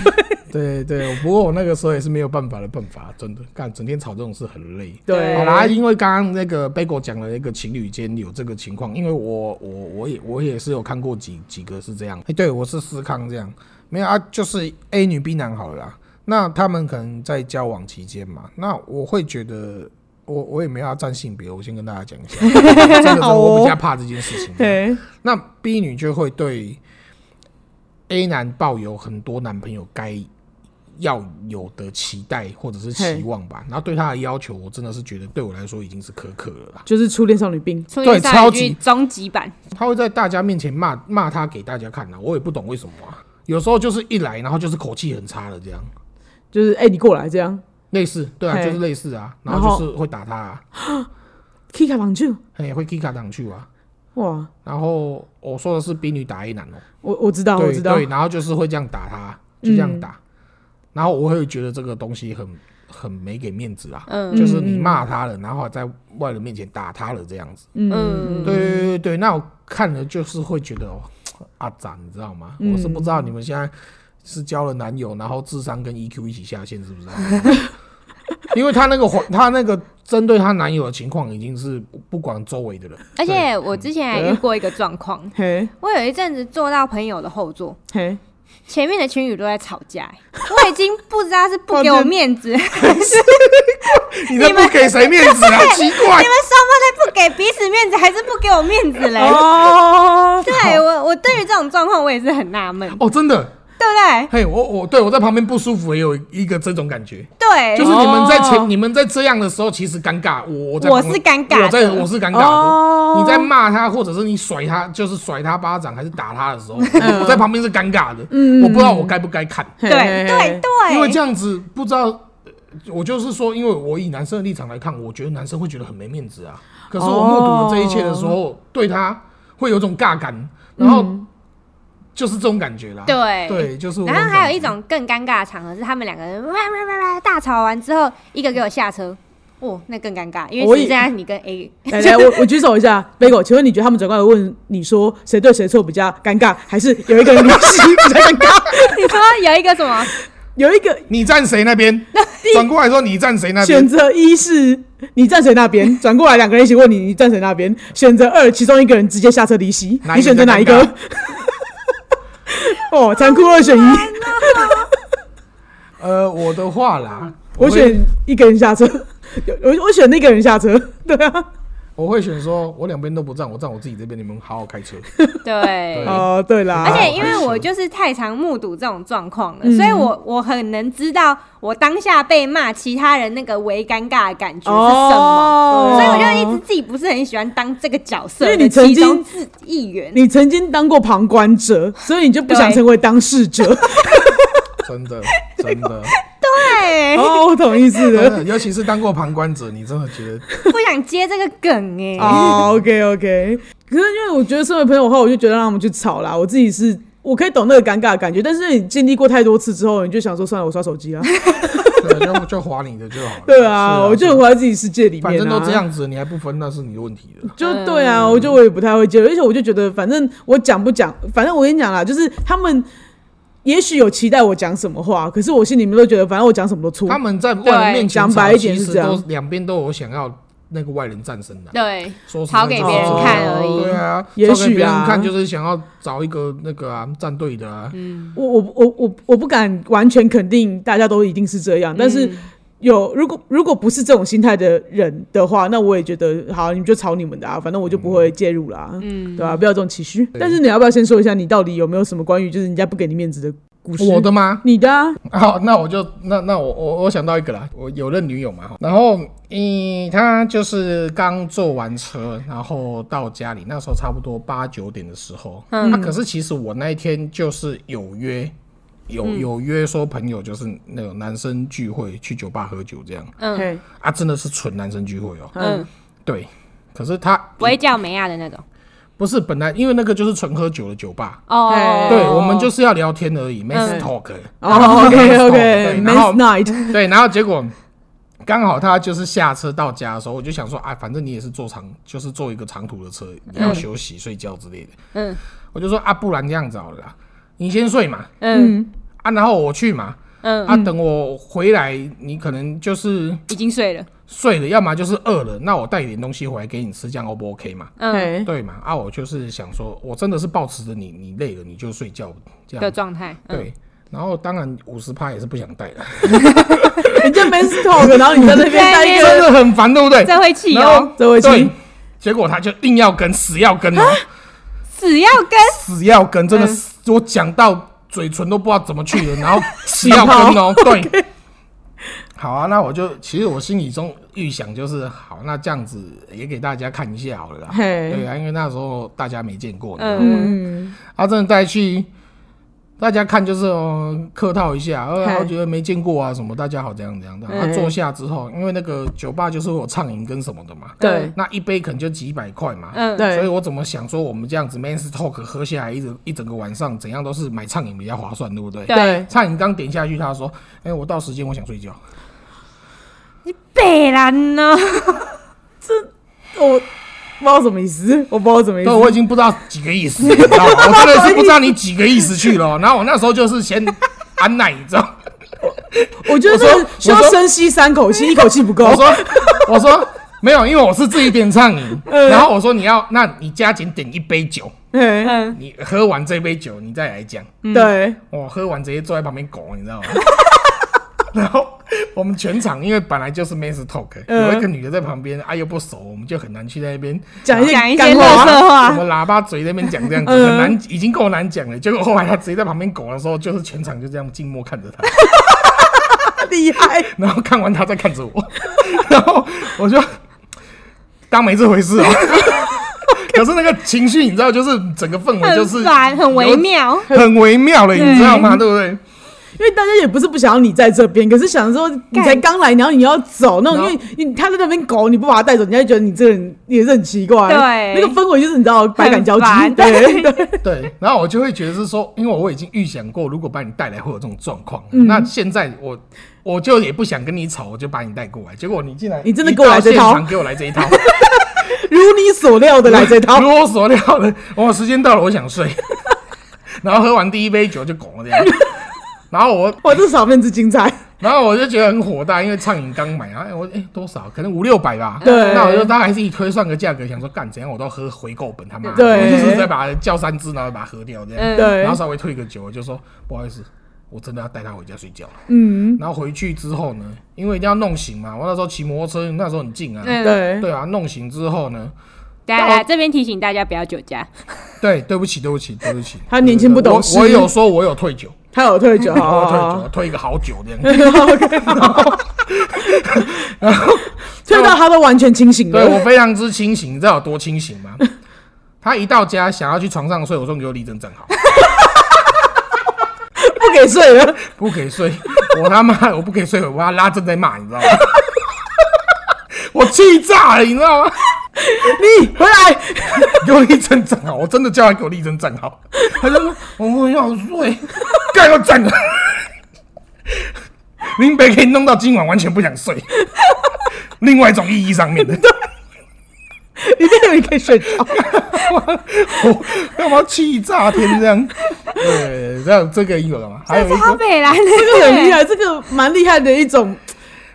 C: 对 [laughs] 对，不过我那个时候也是没有办法的办法，真的干整天吵这种事很累。
A: 对，
C: 好啦，因为刚刚那个 b a g e 讲了一个情侣间有这个情况，因为我我我也我也是有看过几几个是这样，哎、对我是思康这样，没有啊，就是 A 女 B 男好了啦，那他们可能在交往期间嘛，那我会觉得我我也没有要占性别，我先跟大家讲 [laughs] 一下， [laughs] 真的是
A: [laughs] 好哦
C: 我比较怕这件事 [laughs] 情。啊
A: 对，
C: 那 B 女就会对 A 男抱有很多男朋友该要有的期待或者是期望吧，然后对他的要求，我真的是觉得对我来说已经是苛刻了啦。
A: 就是初恋少女病。
B: 出
C: 对
B: 现上
C: 超
B: 一句
C: 级
B: 终极版，
C: 他会在大家面前骂骂他给大家看啊，我也不懂为什么啊。有时候就是一来，然后就是口气很差的这样，
A: 就是哎、你过来这样
C: 类似对啊，
A: 嘿
C: 就是类似啊，然
A: 然
C: 后
A: 后
C: 就是会打他、啊，
A: ，Kika 绑住，
C: 嘿，会 kick 上去啊。
A: 哇，
C: 然后我说的是 B 女打 A 男哦、
A: 我我知道，我
C: 对
A: 知道，嗯
C: 对，然后就是会这样打他，就这样打，然后我会觉得这个东西很很没给面子啦，
B: 嗯
C: 就是你骂他了，然后还在外人面前打他了这样子，
B: 嗯，
C: 对对对对，那我看了就是会觉得哦，阿展你知道吗？我是不
A: 嗯
C: 知道你们现在是交了男友，然后智商跟 EQ 一起下线是不是啊？ [laughs] 因为她那个环，她那个针对她男友的情况已经是不不管周围的人，
B: 而且我之前还遇过一个状况，
A: 嘿
B: 我有一阵子坐到朋友的后座，
A: 嘿，
B: 前面的情侣都在吵架、欸我已经不知道是不给我面子，还是你们
C: 你这不给谁面子啊？奇怪，
B: 双方在不给彼此面子，还是不给我面子嘞？
A: 哦，
B: 对我，我对于这种状况我也是很纳闷，
C: 哦，真的，
B: 对不对？
C: 嘿，我我对我在旁边不舒服，也有一个这种感觉，
B: 对，
C: 就是你们在
A: 哦
C: 前你们在这样的时候，其实尴尬，我我在
B: 我
C: 旁
B: 是尴尬的
C: 我在我是尴尬
A: 哦
C: 的，你在骂他，或者是你甩他，就是甩他巴掌还是打他的时候，
B: 嗯
C: 我在旁边是尴尬的，我不知道我该不该看，
A: 对
B: 对对嗯对，
C: 因为这样子不知道。呃我就是说，因为我以男生的立场来看，我觉得男生会觉得很没面子啊。可是我目睹了这一切的时候，
B: 哦
C: 对他会有种尬感，然后就是这种感觉啦。
B: 嗯对
C: 对，就是我这种
B: 然
C: 感觉。
B: 后还有一种更尴尬的场合是，他们两个人哇哇哇哇大吵完之后，一个给我下车，哦，那更尴尬，因
A: 我
B: 为
A: 以
B: 只剩下你跟
C: [laughs]
B: A，
A: 来来，我我举手一下 b a g e 请问你觉得他们转过来问你说谁对谁错比较尴尬，还是有一个人离席比较尴尬？
C: [laughs]
B: 你说有一个什么？
A: 有一个
C: 你站谁那边？转过来说你站谁那
A: 选
C: 边？
A: 择一是你站谁那边，转过来两个人一起问你你站谁那边；选择二，其中一个人直接下车离席
C: 哪，一个
A: 你选择哪一个
C: 比较尴？
A: [laughs] 哦，残酷二选一，
C: 呃，我的话啦，
A: 我
C: 会
A: 选一个人下车，有我我选那个人下车， [laughs] 对啊，
C: 我会选说，我两边都不站，我站我自己这边，你们好好开车。 [laughs]
B: 对。
A: 哦，对啦，
B: 而且
C: 啊好
B: 因为我就是太常目睹这种状况
A: 嗯
B: 了，所以我我很能知道我当下被骂，其他人那个为尴尬的感觉是什么。
A: 哦
B: 所以我就一直自己不是很喜欢当这个角色
A: 因为你
B: 的
A: 曾
B: 其
A: 经
B: 中自一员。
A: 你曾经当过旁观者，所以你就不想
B: 对
A: 成为当事
C: [laughs]
A: 者。
C: 真的，真的，
B: 对，
A: 哦，我懂意思
C: 真
A: 了。
C: 的，尤其是当过旁观者，你真的觉得
B: 不想接这个梗哎、
A: 哦
C: [laughs]
A: 哦，OK OK。可是因为我觉得身为朋友的话，我就觉得让他们去吵啦。我自己是我可以懂那个尴尬的感觉，但是你经历过太多次之后，你就想说算了，我刷手机
C: [laughs]
A: 啊。
C: 对，就就划你的就好了。
A: 对
C: 是
A: 啊，我就活在自己世界里面、啊。
C: 反正都这，样子，你还不分，那是你的问题
A: [laughs]
C: 的。
A: 就对啊，我就我也不太会接受，而且我就觉得，反正我讲不讲，反正我跟你讲啦，就是他们也许有期待我讲什么话，可是我心里面都觉得，反正我讲什么都错。
C: 他们在外人面前
A: 对讲
C: 吵
A: 白一点
C: 其
A: 是
C: 实
A: 这样
C: 都两边都有想要那个外人战胜的。
B: 对，
C: 说实在
B: 吵给别人看而
C: 就是
B: 已
C: 对。啊，
A: 也
C: 吵给
A: 许
C: 别人
A: 啊
C: 看就是想要找一个那个啊战队的啊，
B: 嗯
A: 我我我我我不敢完全肯定大家都一定是这样，但是有如果如果不是这种心态的人的话，那我也觉得好，你们就吵你们的啊，反正我就不会介入啦，嗯，对吧、不要这种期许。但是你要不要先说一下，你到底有没有什么关于就是人家不给你面子的故事？
C: 我的吗？
A: 你的、啊，
C: [laughs] 好，那我就那那我我我想到一个啦，我有任女友嘛，然后嗯，她就是刚坐完车，然后到家里，那时候差不多八九点的时候，嗯、啊，可是其实我那一天就是有约。有
B: 嗯
C: 有约说朋友就是那种男生聚会去酒吧喝酒这样
B: 嗯
A: 嘿
C: 啊，真的是纯男生聚会哦。
A: 嗯
B: 嗯，
C: 对，可是他
B: 不会叫梅亚的那种。
C: 不是本来因为那个就是纯喝酒的酒吧，
B: 哦，
C: 对我们就是要聊天而已，没
B: 嗯
C: talk。
A: 哦，OK
C: 对然
A: OK，Men's
C: 后
A: Night，
B: [laughs]
C: 对，然后结果刚好他就是下车到家的时候，我就想说啊，反正你也是坐长，就是坐一个长途的车，你要休息、睡觉之类的。
B: 嗯
C: 我就说啊，不然这样子好了啦，你先睡嘛，
B: 嗯
A: 嗯，
C: 啊，然后我去嘛，
B: 嗯，
C: 啊，等我回来，你可能就是
B: 已经睡了。
C: 睡了，要么就是饿了，那我带一点东西回来给你吃，这样 O 不 OK 嘛？
B: 嗯
A: 嘿，
C: 对嘛？啊，我就是想说，我真的是抱持着你，你累了你就睡觉这
B: 的
C: 样。
B: 状态。嗯，
C: 对，然后当然五十趴也是不想
B: [laughs]
C: 带的，
A: 人家 Men's Talk，然后
C: [laughs]
A: 你在那边带一
C: 真
A: 个，
C: 的很烦，对不对？
B: 这会气
C: 然
B: 哦，
C: 后
A: 这位
C: 对
A: 亲，，啊
C: 结果他就硬要跟，死要跟哦，
B: 只要跟
C: 死要跟，真的
A: 嗯
C: 死，我讲到嘴唇都不知道怎么去了，然
A: [laughs]
C: 后死要跟哦，对。好啊，那我就其实我心里中预想就是，好，那这样子也给大家看一下好了啦。对
A: 嘿，
C: 啊，因为那时候大家没见过，你知道吗
B: 嗯，
A: 嗯，
C: 他真的带去大家看就是哦，客套一下，呃，
A: 嗨
C: 我觉得没见过啊什么，大家好怎样怎样的。他
A: 嗯
C: 坐下之后，因为那个酒吧就是会有畅饮跟什么的嘛，
A: 对
C: 那一杯可能就几百块嘛，
B: 嗯
A: 对
C: 所以我怎么想说，我们这样子 man's talk 喝下来一整一整个晚上，怎样都是买畅饮比较划算，对不对？
A: 对，
C: 畅饮刚点下去，他说：“哎、我到时间，我想睡觉。
B: 北兰哦呢，
A: 我不知道什么意思，我不知道什么”意
C: 对，
A: 思。
C: 我已经不知道几个意思，你知道吗？我真的是不知道你几个意思去了。然后我那时候就是先安奈，你知道吗？
A: 我觉得这
C: 我说
A: 个需要
C: 我说
A: 深吸三口气，一口气不够
C: 我。说，我说没有，因为我是自己点畅饮。然后我说你要，那你加紧点一杯酒，
A: 嘿嗯
B: 嗯，
C: 你喝完这杯酒，你再来讲。
A: 对，
C: 我喝完直接坐在旁边狗，你知道吗？然后我们全场因为本来就是 men's talk，、
A: 嗯
C: 有一个女的在旁边，啊又不熟，我们就很难去在那边
A: 讲一些
B: 讲一些
A: 干
B: 乐
A: 话。
B: 色
C: 什
B: 话，
C: 么喇叭嘴在那边讲这样子，
A: 嗯
C: 很难，已经够难讲了。结果后来她直接在旁边狗的时候，就是全场就这样静默看着她，
A: 厉害，
C: 然后看完她再看着我，然后我就当没这回事哦。可是那个情绪，你知道，就是整个氛围就
B: 很
C: 是
B: 烦，很微，妙。
C: 很微妙了，你知道吗？对不对？
A: [laughs] 因为大家也不是不想要你在这边，可是想说你才刚来，然后你要走那种，因为你他在那边狗，你不把他带走，人家就觉得你这个人也是很奇怪。
B: 对
A: 那个氛围就是你知道百感交集
B: 很。烦
A: 对对，
C: [laughs] 对，然后我就会觉得是说，因为我已经预想过，如果把你带来会有这种状况，
A: 嗯
C: 那现在我我就也不想跟你吵，我就把你带过来，结果你竟然
A: 你真的
C: 一
A: 给我来
C: 到
A: 这
C: 现
A: 套
C: 场给我来这一套，
A: 如你所料 [laughs] 的来这套
C: 如。我所料的，我时间到了，我想睡， [laughs] 然后喝完第一杯酒就拱了这样，然后我
A: 哇，这是少面之精彩。
C: 然后我就觉得很火大，因为畅饮刚买啊，哎我哎、多少可能五六百吧，
A: 对
C: 那我就大概自己推算个价格，想说干怎样我都喝回购本他妈的，
A: 对
C: 我就是再把它叫三支，然后把它喝掉这样，
B: 嗯
A: 对
C: 然后，稍微退个酒，我就说不好意思，我真的要带他回家睡觉了。
A: 嗯，
C: 然后回去之后呢，因为一定要弄醒嘛，我那时候骑摩托车，那时候很近啊。
B: 嗯，
A: 对，
C: 对啊，弄醒之后呢，
B: 大家这边提醒大家不要酒驾。
C: 对，对不起，对不起，对不起，
A: [laughs] 他年轻不懂事哦
C: 我我有说我有退酒，
A: 他有退酒，
C: 我
A: 好
C: 有退
A: 好
C: 酒，
A: 好
C: 退一个好酒这
A: [laughs]
C: 样。
A: 退到他都完全清醒
C: 对我
A: 了。
C: 非常之清醒，你知道有多清醒吗？ [laughs] 他一到家想要去床上睡，我说你给我立正站
A: [laughs]
C: 好，
A: 不给睡了，
C: 不给睡，我他妈我
A: [laughs]
C: 不给睡，我把他拉正在骂，你知道吗？我气炸了，你知道吗？
A: 你回来， [laughs]
C: [laughs] 给我立正站好，我真的叫他给我立正站好。他就说我们要睡， [laughs] 盖要站了。 [laughs] 林北可以弄到今晚完全不想睡， [laughs] 另外一种意义上面的， [laughs]
A: 你这里可以睡着。
C: 我要不要气炸天这样？对，这样这个有了嘛？还有一
B: 超
C: 个，
B: 哎北蓝的，
A: 这个很厉害，这个蛮厉害的一种，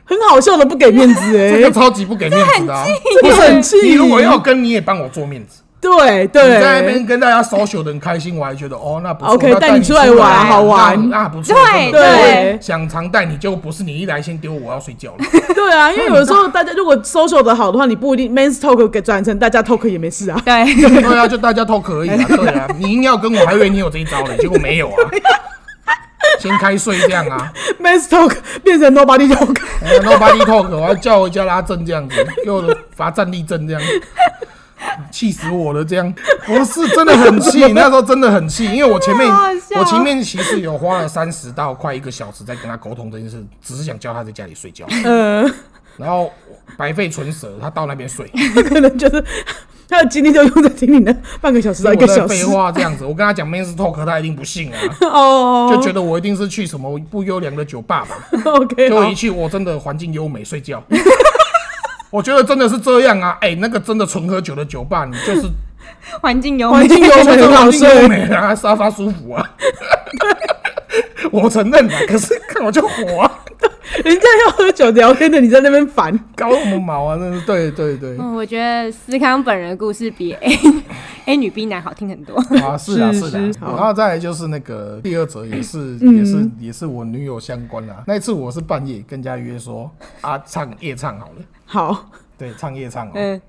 A: 很好笑的不给面子哎、
C: [laughs] 这个超级不给面子的、啊，
A: 这个很气。
C: 你如果要跟，你也帮我做面子。
A: 对
C: 你在那
A: 对
C: 边跟大家 social 的很开心，我还觉得哦，那不错
A: OK，
C: 那带
A: 带你
C: 出
A: 出来玩好玩
C: 那那不
B: 对
C: 错，真的不错
A: 对
C: 想常带你，结果不是你一来先丢我，我要睡觉
A: [laughs]
C: 了。[laughs]
A: 对啊，因为有时候大家如果 social 的好的话，你不一定 man's talk 给转成大家 talk 也没事啊。 [laughs]
B: 对，
C: [laughs] 对啊，就大家都可以啊，对啊，你硬要跟我，还以为你有这一招呢，结果没有啊。 [laughs] 先开睡这样啊
A: man's talk 变成 nobody
C: [laughs]
A: talk，
C: 哎呀，nobody talk，我要叫回家拉正这样子，又罚站立正这样，气死我了！这样不是真的很气，那时候真的很气，因为我前面
B: 好好笑哦
C: 我前面其实有花了三十到快一个小时在跟他沟通这件事，只是想叫他在家里睡觉，
A: 呃， [laughs]
C: 然后白费唇舌，他到那边睡，
A: 他可能觉得他的精力就用在听你那半个小时到一
C: 我
A: 个
C: 在
A: 小
C: 废
A: 时。
C: 话这样子，我跟他讲 men's talk，他一定不信啊。
A: [laughs] 哦，
C: 就觉得我一定是去什么不优良的酒吧吧。
A: [laughs] OK，
C: [laughs] 结果一
A: 好
C: 去，我真的环境优美，睡觉。 [laughs] 我觉得真的是这样啊！哎、那个真的纯喝酒的酒吧，你就是
B: 环境有
A: 环境优
C: 就
A: 美
C: 是
A: 很好
C: 环境优
A: 睡，
C: 美啊，沙发舒服啊。 [laughs] 我承认啊，可是看我就火啊，
A: 人家要喝酒聊天的，你在那边烦。
C: 搞什么毛啊？那是对对对，
B: 嗯，我觉得思康本人的故事比 A [laughs] A 女 B 男好听很多。
C: 啊，是啊，
A: 是
C: 是啊
A: 是。好
C: 然后再来就是那个第二则，也是也是也是我女友相关啊。那一次我是半夜跟人家约说啊，唱夜唱好了，
A: 好， [laughs]
C: 对，唱夜唱哦。
B: 嗯，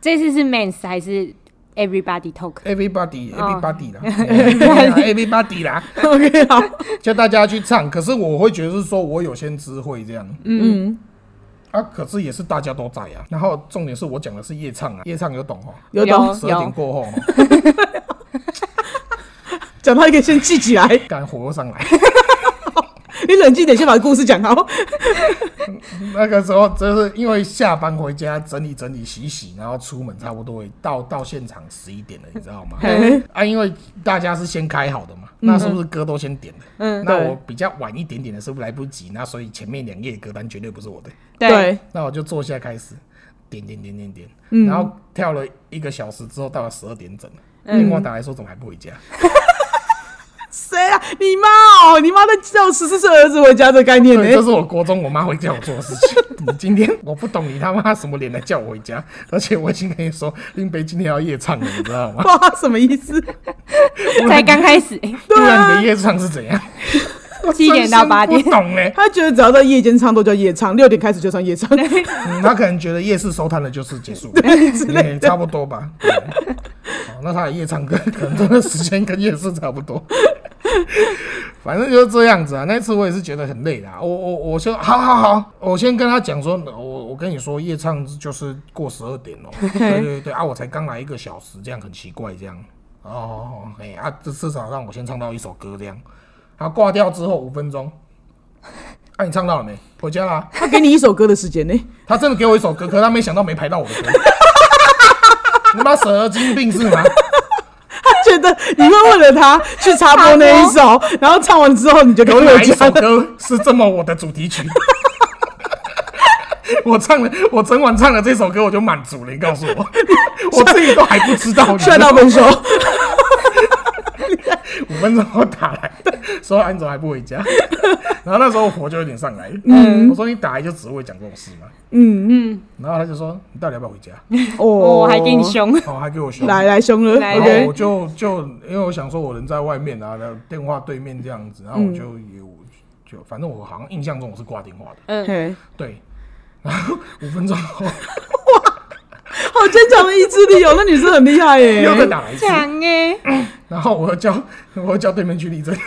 B: 这次是 Mans 还是 Everybody Talk？
C: Everybody,
B: 哦
C: everybody 啦哎，everybody 啦，
A: OK，好，
C: 叫大家去唱。可是我会觉得是说我有先知会这样
A: 嗯，
C: 啊，可是也是大家都在啊。然后重点是我讲的是夜唱啊，夜唱有懂哦，
A: 有
B: 有
A: 懂。
C: 十二点过后哦，
A: 讲到一个先记起来，
C: [laughs] [laughs] 干火又上来。
A: 你冷静点，先把故事讲好。
C: 那个时候就是因为下班回家整理整理洗洗，然后出门差不多到到现场十一点了，你知道吗？
A: 嘿嗯
C: 啊，因为大家是先开好的嘛，那是不是歌都先点的？
B: 嗯
C: 那
A: 对
C: 我比较晚一点点的是不是来不及？那所以前面两页歌单绝对不是我的。
B: 对，
C: 那我就坐下开始点点点点点，
B: 嗯
C: 然后跳了一个小时之后，到了十二点整，
B: 嗯
C: 电话打来说怎么还不回家？
A: 谁啊？你妈哦，你妈在叫十四岁儿子回家的概念呢、
C: 对， [laughs] 这是我国中我妈会叫我做的事情。 [laughs] 你今天我不懂你他妈什么脸来叫我回家，而且我已经跟你说，林北今天要夜唱了，你知道吗？
A: [laughs] 哇，什么意思？
B: 才刚开始，
C: 不然你的夜唱是怎样？
B: 啊七点到八点
C: 我，真心不懂欸嘞、
A: 他觉得只要在夜间唱都叫夜唱，六点开始就算夜唱。
C: 嗯他可能觉得夜市收摊了就是结束了，也差不多吧。对哦那他的夜唱歌可能真的时间跟夜市差不多，反正就是这样子啊。那次我也是觉得很累啦，我我我就好好好，我先跟他讲说，我我跟你说夜唱就是过十二点哦、对对对啊，我才刚来一个小时，这样很奇怪这样。哦，哎、啊，这至少让我先唱到一首歌这样。他挂掉之后五分钟，啊，你唱到了没？回家啦、
A: 他给你一首歌的时间呢、 [laughs]
C: 他真的给我一首歌，可是他没想到没排到我的歌。你妈神经病
A: [laughs]
C: 是吗？
A: 他觉得你会为了他去插播那一首，然后唱完之后你就给
C: 有
A: 我
C: 哪一
A: 家
C: 首
A: 了。
C: 歌是这么我的主题曲？ [laughs] 我唱了，我整晚唱了这首歌，我就满足了。你告诉
A: [laughs]
C: 我，我自己都还不知道。
A: 帅到分手，
C: 五分钟后打来，说安总还不回家， [laughs] 然后那时候火就有点上来。我说你打来就只会讲这种事吗？
A: 嗯，
C: 然后他就说你到底要不要回家？
A: 哦
B: 我还给你，凶，
C: 哦，还给我凶。
A: 来来凶了
B: 来
C: 然后
A: ，OK，
C: 我就就因为我想说，我人在外面啊，那电话对面这样子，然后我就也、我就反正我好像印象中我是挂电话的，
B: 嗯，
A: 嘿，
C: 对。然后五分钟后
A: 好坚强哦的意志力哦，那女生很厉害耶、
C: 又再打来一次，
B: 强哎，
C: 然后我又叫我又叫对面去立正， [laughs]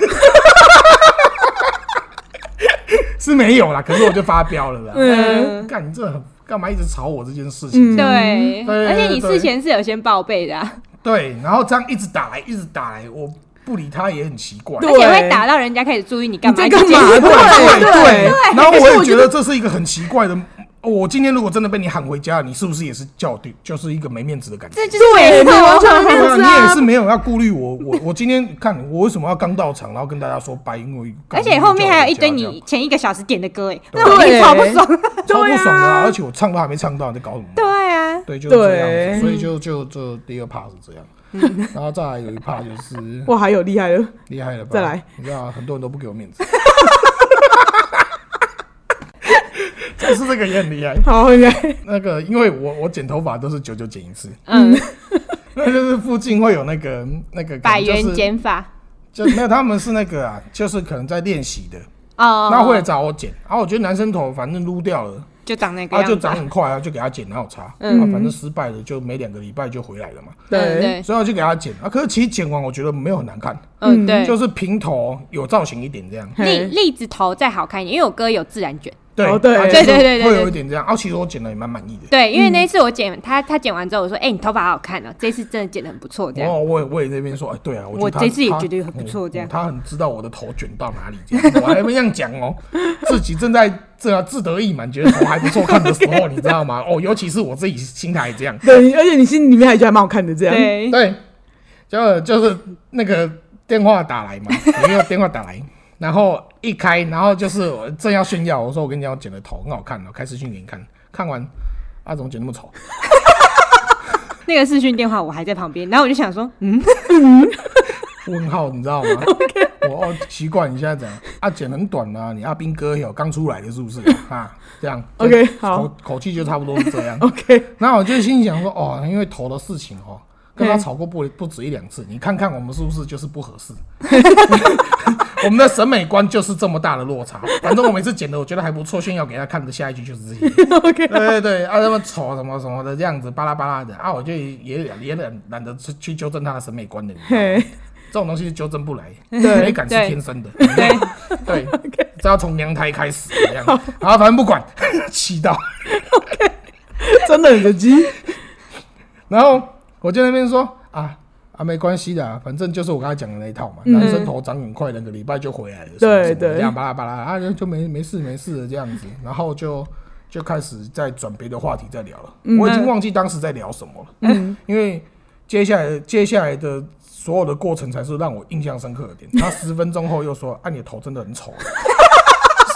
C: 是没有啦，可是我就发飙了啦。
A: 嗯，
B: 嗯，
C: 干，你这很干嘛一直吵我这件事情？
B: 对，
C: 嗯对
B: 而且你
C: 对
B: 事前是有先报备的啊，
C: 对，然后这样一直打来，一直打来，我不理他也很奇怪。
A: 对
B: 而且会打到人家开始注意你干
A: 你
B: 嘛？
A: 在干嘛
B: 你今天
A: 对
C: 对啊
A: 对
C: 对，然后
A: 可是我
C: 我也
A: 觉
C: 觉得这是一个很奇怪的哦我今天如果真的被你喊回家，你是不是也是叫我对，就是一个没面子的感觉？
B: 这就是
A: 对
B: 没
A: 你完全
B: 错，
A: 这样子啊
C: 你也是没有要顾虑我，我我今天看我为什么要刚到场，然后跟大家说拜，因为
B: 而且后面还有一堆
C: 叫我回
B: 你
C: 家
B: 前一个小时点的歌，哎，
C: 对
B: 那我一定超不爽。
C: 这样超不爽的、
A: 对啊
C: 而且我唱都还没唱到，你在搞什么？
B: 对啊，
C: 对，就是这样
A: 对
C: 子，所以就就就第二趴是这样，然后再来有一趴就是
A: [laughs] 哇，还有厉害的，
C: 厉害了吧？
A: 再来，
C: 你知道很多人都不给我面子， [laughs] 就是这个也很厉害。
A: 好厉害，
C: 那个，因为我我剪头发都是九九剪一次， [laughs]
B: 嗯，
C: 那就是附近会有那个那个可能
B: 百
C: 就
B: 元
C: 是
B: 减法
C: 就那他们是那个啊，就是可能在练习的，
B: 哦，
C: 那会来找我剪。啊，我觉得男生头反正撸掉了，
B: 就长那个
C: 啊就
B: 样子
C: 长
B: 啊。
C: 很快啊，就给他剪，哪有差？
B: 嗯
C: 啊，反正失败了就每两个礼拜就回来了嘛，
B: 嗯
A: 对，
B: 对，
C: 所以我就给他剪啊。可是其实剪完我觉得没有很难看，
B: 嗯对，
C: 就是平头有造型一点这样。
B: 栗
A: 嘿
B: 栗子头再好看一点，因为我哥有自然卷。
C: 对
A: 哦对
C: 啊
B: 对对
C: 就是
B: 对对
C: 会
B: 对
C: 有一点这样。啊，其实我剪的也蛮满意的。
B: 对，因为那一次我剪他，他剪完之后我说：“哎、你头发好好看哦、这次真的剪的很不错。”这样，
C: 哦，我也我也在那边说，哎，对啊，我
B: 我
C: 觉得他
B: 这次也
C: 他
B: 觉得很不错这样
C: 嗯嗯他很知道我的头卷到哪里，这样我还没这样讲哦，自己正在这自得意满，觉得头还不错看的时候，你知道吗？哦，尤其是我自己心态这样，
A: [laughs] 对，而且你心里面还觉得还蛮好看的，这样， [laughs]
B: 对，
C: 对，就就是那个电话打来嘛，也没有电话打来，然后一开，然后就是我正要炫耀，我说我跟你讲，我剪的头很好看哦，开视讯给你看，看完啊，怎么剪那么丑？
B: 那个视讯电话我还在旁边，然后我就想说，嗯，
C: 问号，你知道吗？
A: [laughs]
C: 我哦，奇怪，你现在怎样？啊，剪很短啊，你阿兵哥有刚出来的是不是？啊，这样
A: OK，
C: 就
A: 好。
C: 口口气就差不多是这样
A: ，OK， [laughs] 哦
C: 那我就心里想说，哦，因为头的事情哦，跟他吵过不不止一两次，你看看我们是不是就是不合适？
A: [laughs]
C: 我们的审美观就是这么大的落差。反正我每次剪的我觉得还不错，炫耀给他看的下一句就是这些。
A: [laughs] OK
C: 对对对，啊，那么丑什么什么的这样子，巴拉巴拉的啊，我就也也也懒懒得去去纠正他的审美观的。你知道吗
A: 嘿，
C: 这种东西是纠正不来，
A: 对
C: 美感是
B: 对
C: 天生的， [laughs]
B: 对，
C: 对，这要从娘胎开始这样。然后反正不管， [laughs] 祈祷。
A: [laughs] 真的很神奇， [laughs]
C: 然后我就在那边说啊啊，没关系的啊，反正就是我刚才讲的那一套嘛，男生头长很快，两个礼拜就回来了，什么
A: 嗯对
C: 什么
A: 对
C: 这样巴拉巴拉啊，就就没没事没事的这样子，然后就。就开始在转别的话题在聊了，
A: 嗯
C: 我已经忘记当时在聊什么了，嗯，因为接下来接下来的所有的过程才是让我印象深刻的
A: [laughs]
C: 点。他十分钟后又说：“啊，你的头真的很丑。”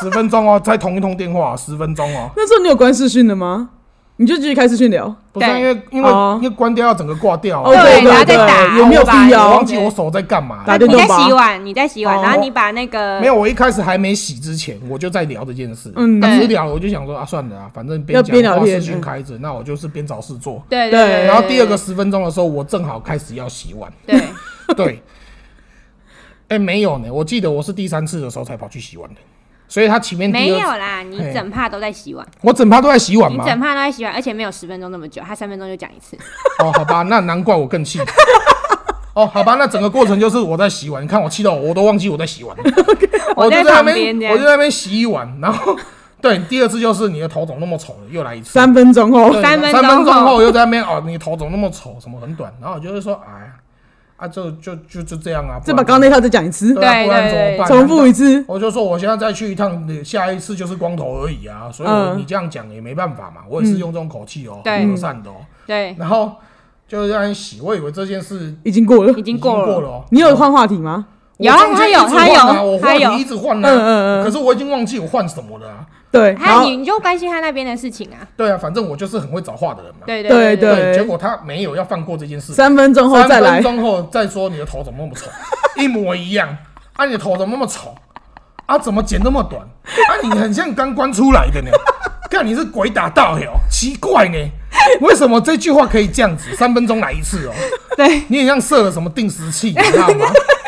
C: 十分钟哦，在同一通电话，十分钟哦，
A: 那时候你有关视讯的吗？你就继续开视讯聊，
C: 不是啊
B: 对
C: 因为因为
A: 哦
C: 因为关掉要整个挂掉啊，
A: 哦对
B: 然后再
A: 对
B: 打，
A: 也没有
B: 我把
A: 必要
C: 我
A: 哦
C: 忘记我手在干嘛
A: 打
C: 了。
A: 电
B: 你
A: 动
B: 在
A: 吧
B: 洗碗，你在洗碗，
A: 哦
B: 然后你把那个
C: 没有，我一开始还没洗之前，我就在聊这件事。
A: 嗯
C: 当时
B: 对
C: 聊了，我就想说啊，算了啊，反正
A: 要
C: 边
A: 边
C: 讲
A: 聊
C: 话
A: 天
C: 视讯
A: 嗯
C: 开着，那我就是边找事做。
B: 对
A: 对
B: 对，
C: 然后第二个十分钟的时候，我正好开始要洗碗。 [laughs]
B: 对，
A: [laughs]
C: 对，哎，没有呢，我记得我是第三次的时候才跑去洗碗的，所以他前面第
B: 没有
C: 二，
B: 啦，你
C: 嘿
B: 整帕都在洗碗，
C: 我整趴都在洗碗
B: 你
C: 嘛。
B: 整帕都在洗碗，而且没有十分钟那么久，他三分钟就讲一次，
C: 哦，好吧，那难怪我更气。哦，好吧，那整个过程就是我在洗碗，你看我气到我，我都忘记我在洗碗了。
B: 我
C: 就
B: 在
C: 在那
B: 旁边这
C: 边，
B: 样
C: [laughs] 我就在那边洗一碗，然后对，第二次就是你的头怎么那么丑，又来一次。
A: 三分钟后
C: 对
B: 三分
C: 三
B: 钟
C: 分钟
B: 后
C: 后又在那边哦，你的头怎么那么丑，什么很短，然后我就会说，哎呀，啊，就就就就这样啊，
A: 再
C: 不然
A: 把刚刚那套再讲一次，
C: 对啊
B: 对
C: 不然怎
B: 对
C: 么
A: [laughs]
C: 办？
A: 重复一次，
C: 我就说我现在再去一趟，你下一次就是光头而已啊，所以我
A: 嗯
C: 你这样讲也没办法嘛，我也是用这种口气哦，
B: 嗯对
C: 和善的哦，
B: 对，
C: 然后就让人洗，我以为这件事
A: 已经过了
B: 已。
C: 已
B: 经过
C: 了，
B: 了，
C: 哦
A: 你有换话题吗？
C: 我
B: 有啊
C: 中
B: 他
C: 间
B: 有
C: 一直
B: 他
C: 换啊
B: 有
C: 我
B: 他
C: 换
B: 有
C: 题一直换
A: 嗯嗯
C: 啊，
A: 嗯
C: 可是我已经忘记我换什么了啊。
A: 对，然
B: 他
A: 后
B: 你你就关心他那边的事情啊，
C: 对啊，反正我就是很会找话的人嘛。
B: 对
A: 对
B: 对
A: 对
C: 结果他没有要放过这件事，
A: 三分钟后再
C: 三分
A: 来，
C: 钟后再说你的头怎么那么丑， [laughs] 一模一样。啊，你的头怎么那么丑？啊，怎么剪那么短？啊，你很像刚关出来的呢。 [laughs] 看你是鬼打到哟，奇怪呢，为什么这句话可以这样子？三分钟来一次哦。
B: 对， [laughs]
C: 你很像射了什么定时器，你知道吗？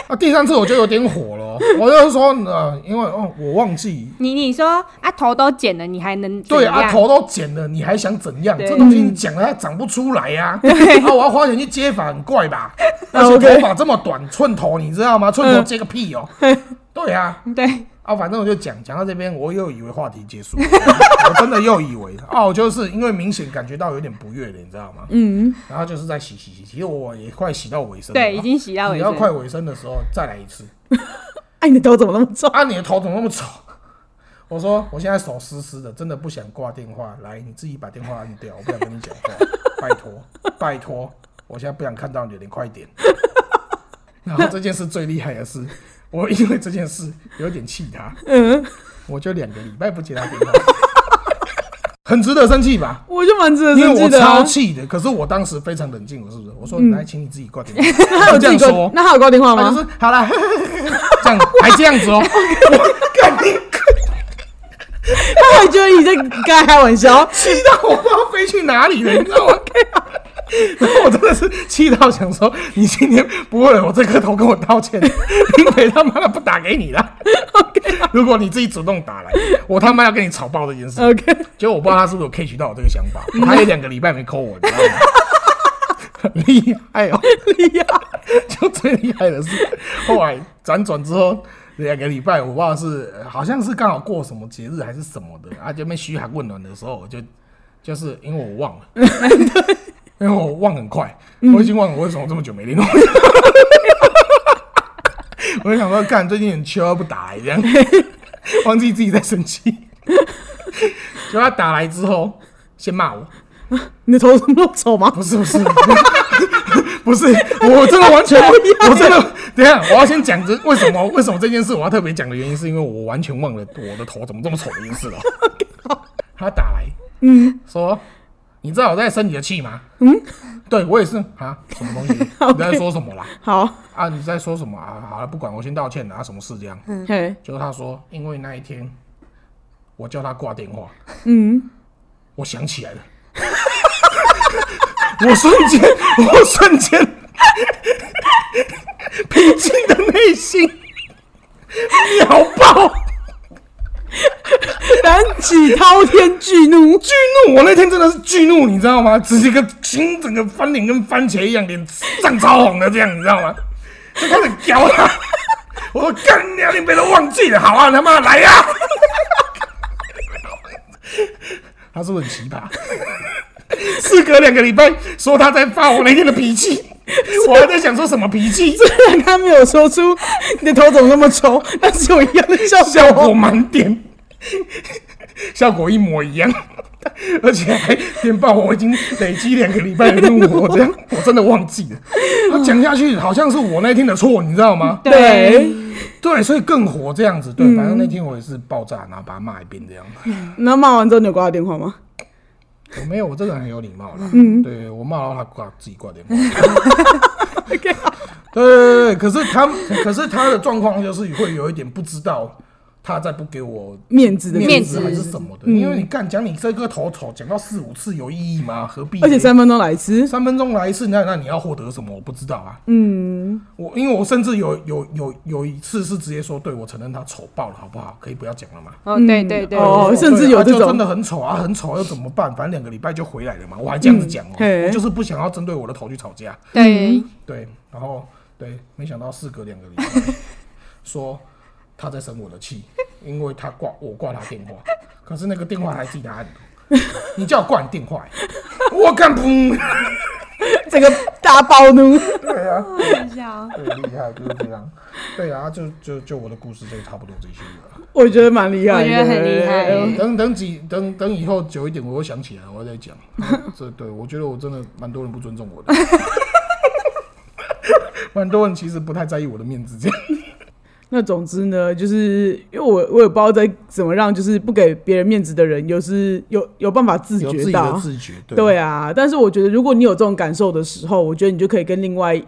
C: 啊，第三次我就有点火了哦，我就说，呃，因为哦，我忘记
B: 你你说啊头都剪了，你还能怎
C: 对
B: 样
C: 啊，头都剪了，你还想怎样？
B: 对
C: 这东西你讲了，它长不出
B: [laughs]
C: 来呀、啊。啊，我要花钱去接发，很怪吧？而
B: 哦
C: 且
A: OK
C: 头发这么短，寸头你知道
B: 嗯
C: 吗？寸头接个屁
B: [laughs]
C: 哦、对啊，
B: [laughs] 对
C: 啊，反正我就讲讲到这边，我又以为话题结束了， [laughs] 我真的又以为啊，我就是因为明显感觉到有点不悦了，你知道吗？
A: 嗯，
C: 然后就是在洗洗洗，其实我也快洗到尾声了，
B: 对，已经洗到哦
C: 你
B: 尾
C: 要
B: 声，
C: 快尾声的时候再来一次。
A: 哎，你的头怎么那么重？
C: 啊，你的头怎么那么丑？我说我现在手湿湿的，真的不想挂电话，来你自己把电话按掉，我不想跟你讲话，拜托拜托，我现在不想看到你，你快点。 [laughs] 然后这件事最厉害的是，我因为这件事有点气他，
A: 嗯，
C: 我就两个礼拜不接他电话， [laughs] 很值得生气吧？
A: 我就蛮值得
C: 因为
A: 生气
C: 我
A: 的、啊
C: 超。气的，可是我当时非常冷静，我是不是？我说来，请你自己挂电话。
A: 那 [laughs] 他有
C: 我这
A: 自己
C: 样
A: 挂
C: 说，，
A: 那他有挂电话
C: 他
A: 吗
C: 就？是好了， [laughs] 这样还这样子哦，我干你
A: 他会觉得你在跟他开玩笑。
C: 气到我不知道飞去哪里了，你知道吗？ [laughs] 然后我真的是气到想说，你今天不为了我这颗头跟我道歉，林北他妈的不打给你了。如果你自己主动打来，我他妈要跟你吵爆这件事。
A: OK， [laughs]
C: 结果我不知道他是不是有 catch 到我这个想法，他也两个礼拜没扣我，你知道吗？很 [laughs] 厉害哦，
A: 厉害。
C: [laughs] 就最厉害的是，后来辗转之后两个礼拜，我忘了是呃好像是刚好过什么节日还是什么的，啊，就被嘘寒问暖的时候，我就就是因为我忘了，因为我忘很快，我已经忘了我为 [laughs] 什么这么久没联络。我就想说，干最近很秋不打来这样，忘记自己在生气。 [laughs] 就他打来之后，先骂我，
A: 你的头怎么那么丑吗？
C: 不是不是 [laughs] 不是，我真的完全 [laughs] 不，我真的等一下我要先讲这为什么为什么这件事我要特别讲的原因，是因为我完全忘了我的头怎么这么丑这件 [laughs] 事了。他打来，嗯，说你知道我在生你的气吗？嗯，对我也是啊，什么东 [laughs] 西？你在说什么啦？
A: 好，
C: 啊，你在说什么啊？好了，不管我先道歉了啊，什么事这样？
A: 嘿，
C: 就他说，因为那一天我叫他挂电话，
A: 嗯，
C: 我想起来了，我瞬间，我瞬间， [laughs] 平静的内心秒爆
A: 燃起滔天巨怒，
C: 巨怒！我那天真的是巨怒，你知道吗？直接个心整个翻脸跟番茄一样，脸涨超红的这样，你知道吗？就开始屌他， [laughs] 我说干你娘，你别都忘记了，好啊， [laughs] 他妈来呀、他是不是很奇葩？事隔两个礼拜，说他在发我那天的脾气，我还在想说什么脾气，
A: 虽然 [laughs] 他没有说出你的头怎么那么丑，但是有一样的效果。
C: 效果满点，效果一模一样，而且还电报我已经累积两个礼拜的怒火，这样我真的忘记了。他讲下去好像是我那天的错，你知道吗？
A: 对，
C: 对，所以更火这样子。对，反正那天我也是爆炸，然后把他骂一遍这样。
A: 那骂完之后你有挂他电话吗？
C: 我没有，我这个人很有礼貌啦。嗯，对我骂到他挂自己挂电话。对对对，对可是他，可是他的状况就是会有一点不知道，他再不给我
A: 面子的嗯
B: 面
C: 子
B: 子
C: 还是什么的，因为你干讲你这个头丑讲到四五次有意义吗？何必呢？
A: 而且三分钟来一次，
C: 三分钟来一次，那那你要获得什么？我不知道啊。嗯，我因为我甚至有有有有一次是直接说，对我承认他丑爆了，好不好？可以不要讲了嘛。
B: 哦，对对对，
A: 哦
C: 我说
A: 甚至
C: 对啊
A: 有这
C: 就
A: 种
C: 真的很丑啊，很丑又怎么办？反正两个礼拜就回来了嘛。我还这样子讲哦、
A: 嗯嘿
C: 我就是不想要针对我的头去吵架。
B: 对，
C: 对，然后对，没想到事隔两个礼拜，说他在生我的气，因为他挂我挂他电话，可是那个电话还自己按的，你叫我挂你电话、欸我敢不？
A: 整个大暴怒。 [laughs]
C: 对啊，
B: 看一下哦，
C: 对，厉害就是这样， [laughs] 对啊，就就就我的故事就差不多这些了。
A: 我觉得蛮厉害的，
B: 我觉得很厉害
A: 哎
C: 等等几等等以后久一点，我又想起来，我再讲。 [laughs] 这对我觉得我真的蛮多人不尊重我的， [laughs] 蛮多人其实不太在意我的面子，这样。
A: 那总之呢，就是因为我我也不知道在怎么让就是不给别人面子的人，有是有有办法自
C: 有自
A: 觉
C: 己的
A: 到。
C: 自觉，对
A: 对啊，但是我觉得如果你有这种感受的时候，我觉得你就可以跟另外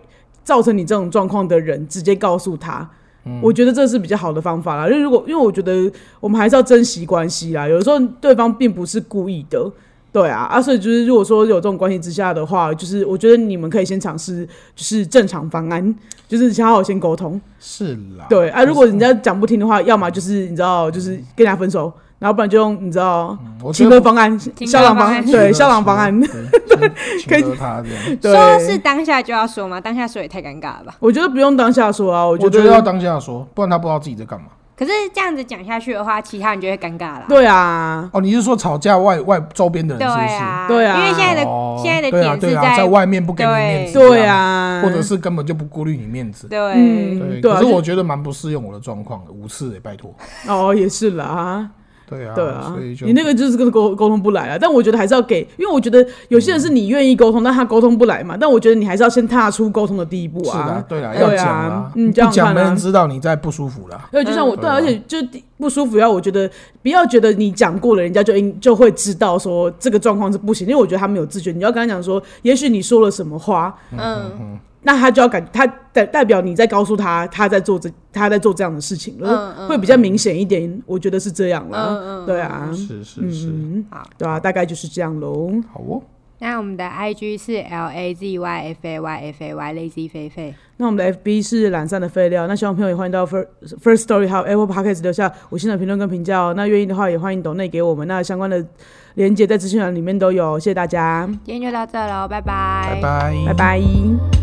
A: 造成你这种状况的人直接告诉他。
C: 嗯
A: 我觉得这是比较好的方法啦，因为如果因为我觉得我们还是要珍惜关系啦，有时候对方并不是故意的，对啊，啊，所以就是如果说有这种关系之下的话，就是我觉得你们可以先尝试就是正常方案，就是好好先沟通，
C: 是啦，
A: 对啊，
C: 就是
A: 如果人家讲不听的话，要么就是你知道，就是跟人家分手，然后不然就用你知道
C: 嗯我觉
A: 情
C: 得
A: 勒
C: 不
A: 方案、
B: 情
A: 肖
B: 勒
A: 郎
B: 方
A: 方
B: 案
A: 对肖郎方案，
C: 可 [laughs]
A: 可以
C: 以他这样。
B: 说
A: 对
B: 是。当下就要说吗？当下说也太尴尬了吧。
A: 我觉得不用当下说啊，我
C: 我
A: 觉
C: 觉得要
A: 得
C: 当下说，不然他不知道自己在干嘛。
B: 可是这样子讲下去的话，其他人就会尴尬啦。
A: 对啊，
C: 哦，你是说吵架外外周边的人是不是？
B: 啊，
A: 对啊
B: 因为现在的
C: 哦
B: 现在的
C: 对啊
B: 点
C: 对
B: 是
C: 啊，在外面不给你面子，
A: 对，啊，
C: 或者是根本就不顾虑你面子。
B: 对
A: 嗯
C: 对，
A: 对啊
C: 可是
A: 就
C: 我觉得蛮不适用我的状况的，五次哎，拜托，
A: 哦也是啦，
C: 欸对啊，
A: 对啊
C: 所以，就
A: 你那个就是跟沟沟通不来啊。但我觉得还是要给，因为我觉得有些人是你愿意沟通，但他沟通不来嘛。但我觉得你还是要先踏出沟通的第一步
C: 是
A: 啊
C: 的，。对啦，
A: 对啊
C: 要讲啦，
A: 嗯
C: 不
A: 这样看啊
C: 讲没人知道你在不舒服啦。
A: 对，就像我、对啊，而
C: 对啊
A: 且就第不舒服要，我觉得不要觉得你讲过了，人家就应就会知道说这个状况是不行，因为我觉得他没有自觉。你要跟他讲说，也许你说了什么话，
B: 嗯
A: 那他就要感他代代表你在告诉他他在做这他在做这样的事情了，
B: 嗯嗯
A: 会比较明显一点。我觉得是这样啦，
B: 嗯嗯
A: 对啊，
C: 是是是，
A: 嗯
B: 好，
A: 对啊，大概就是这样喽。
C: 好哦，
B: 那我们的 IG 是 L A Z Y F A Y F A Y Lazy 菲菲，
A: 那我们的 FB 是懒散的废料，那希望朋友也欢迎到 First First Story 还有 Apple Podcast 留下五星的评论跟评价哦。那愿意的话也欢迎抖内给我们，那相关的连接在资讯栏里面都有，谢谢大家，
B: 哎今天就到这喽，拜
C: 拜拜，
A: 拜拜。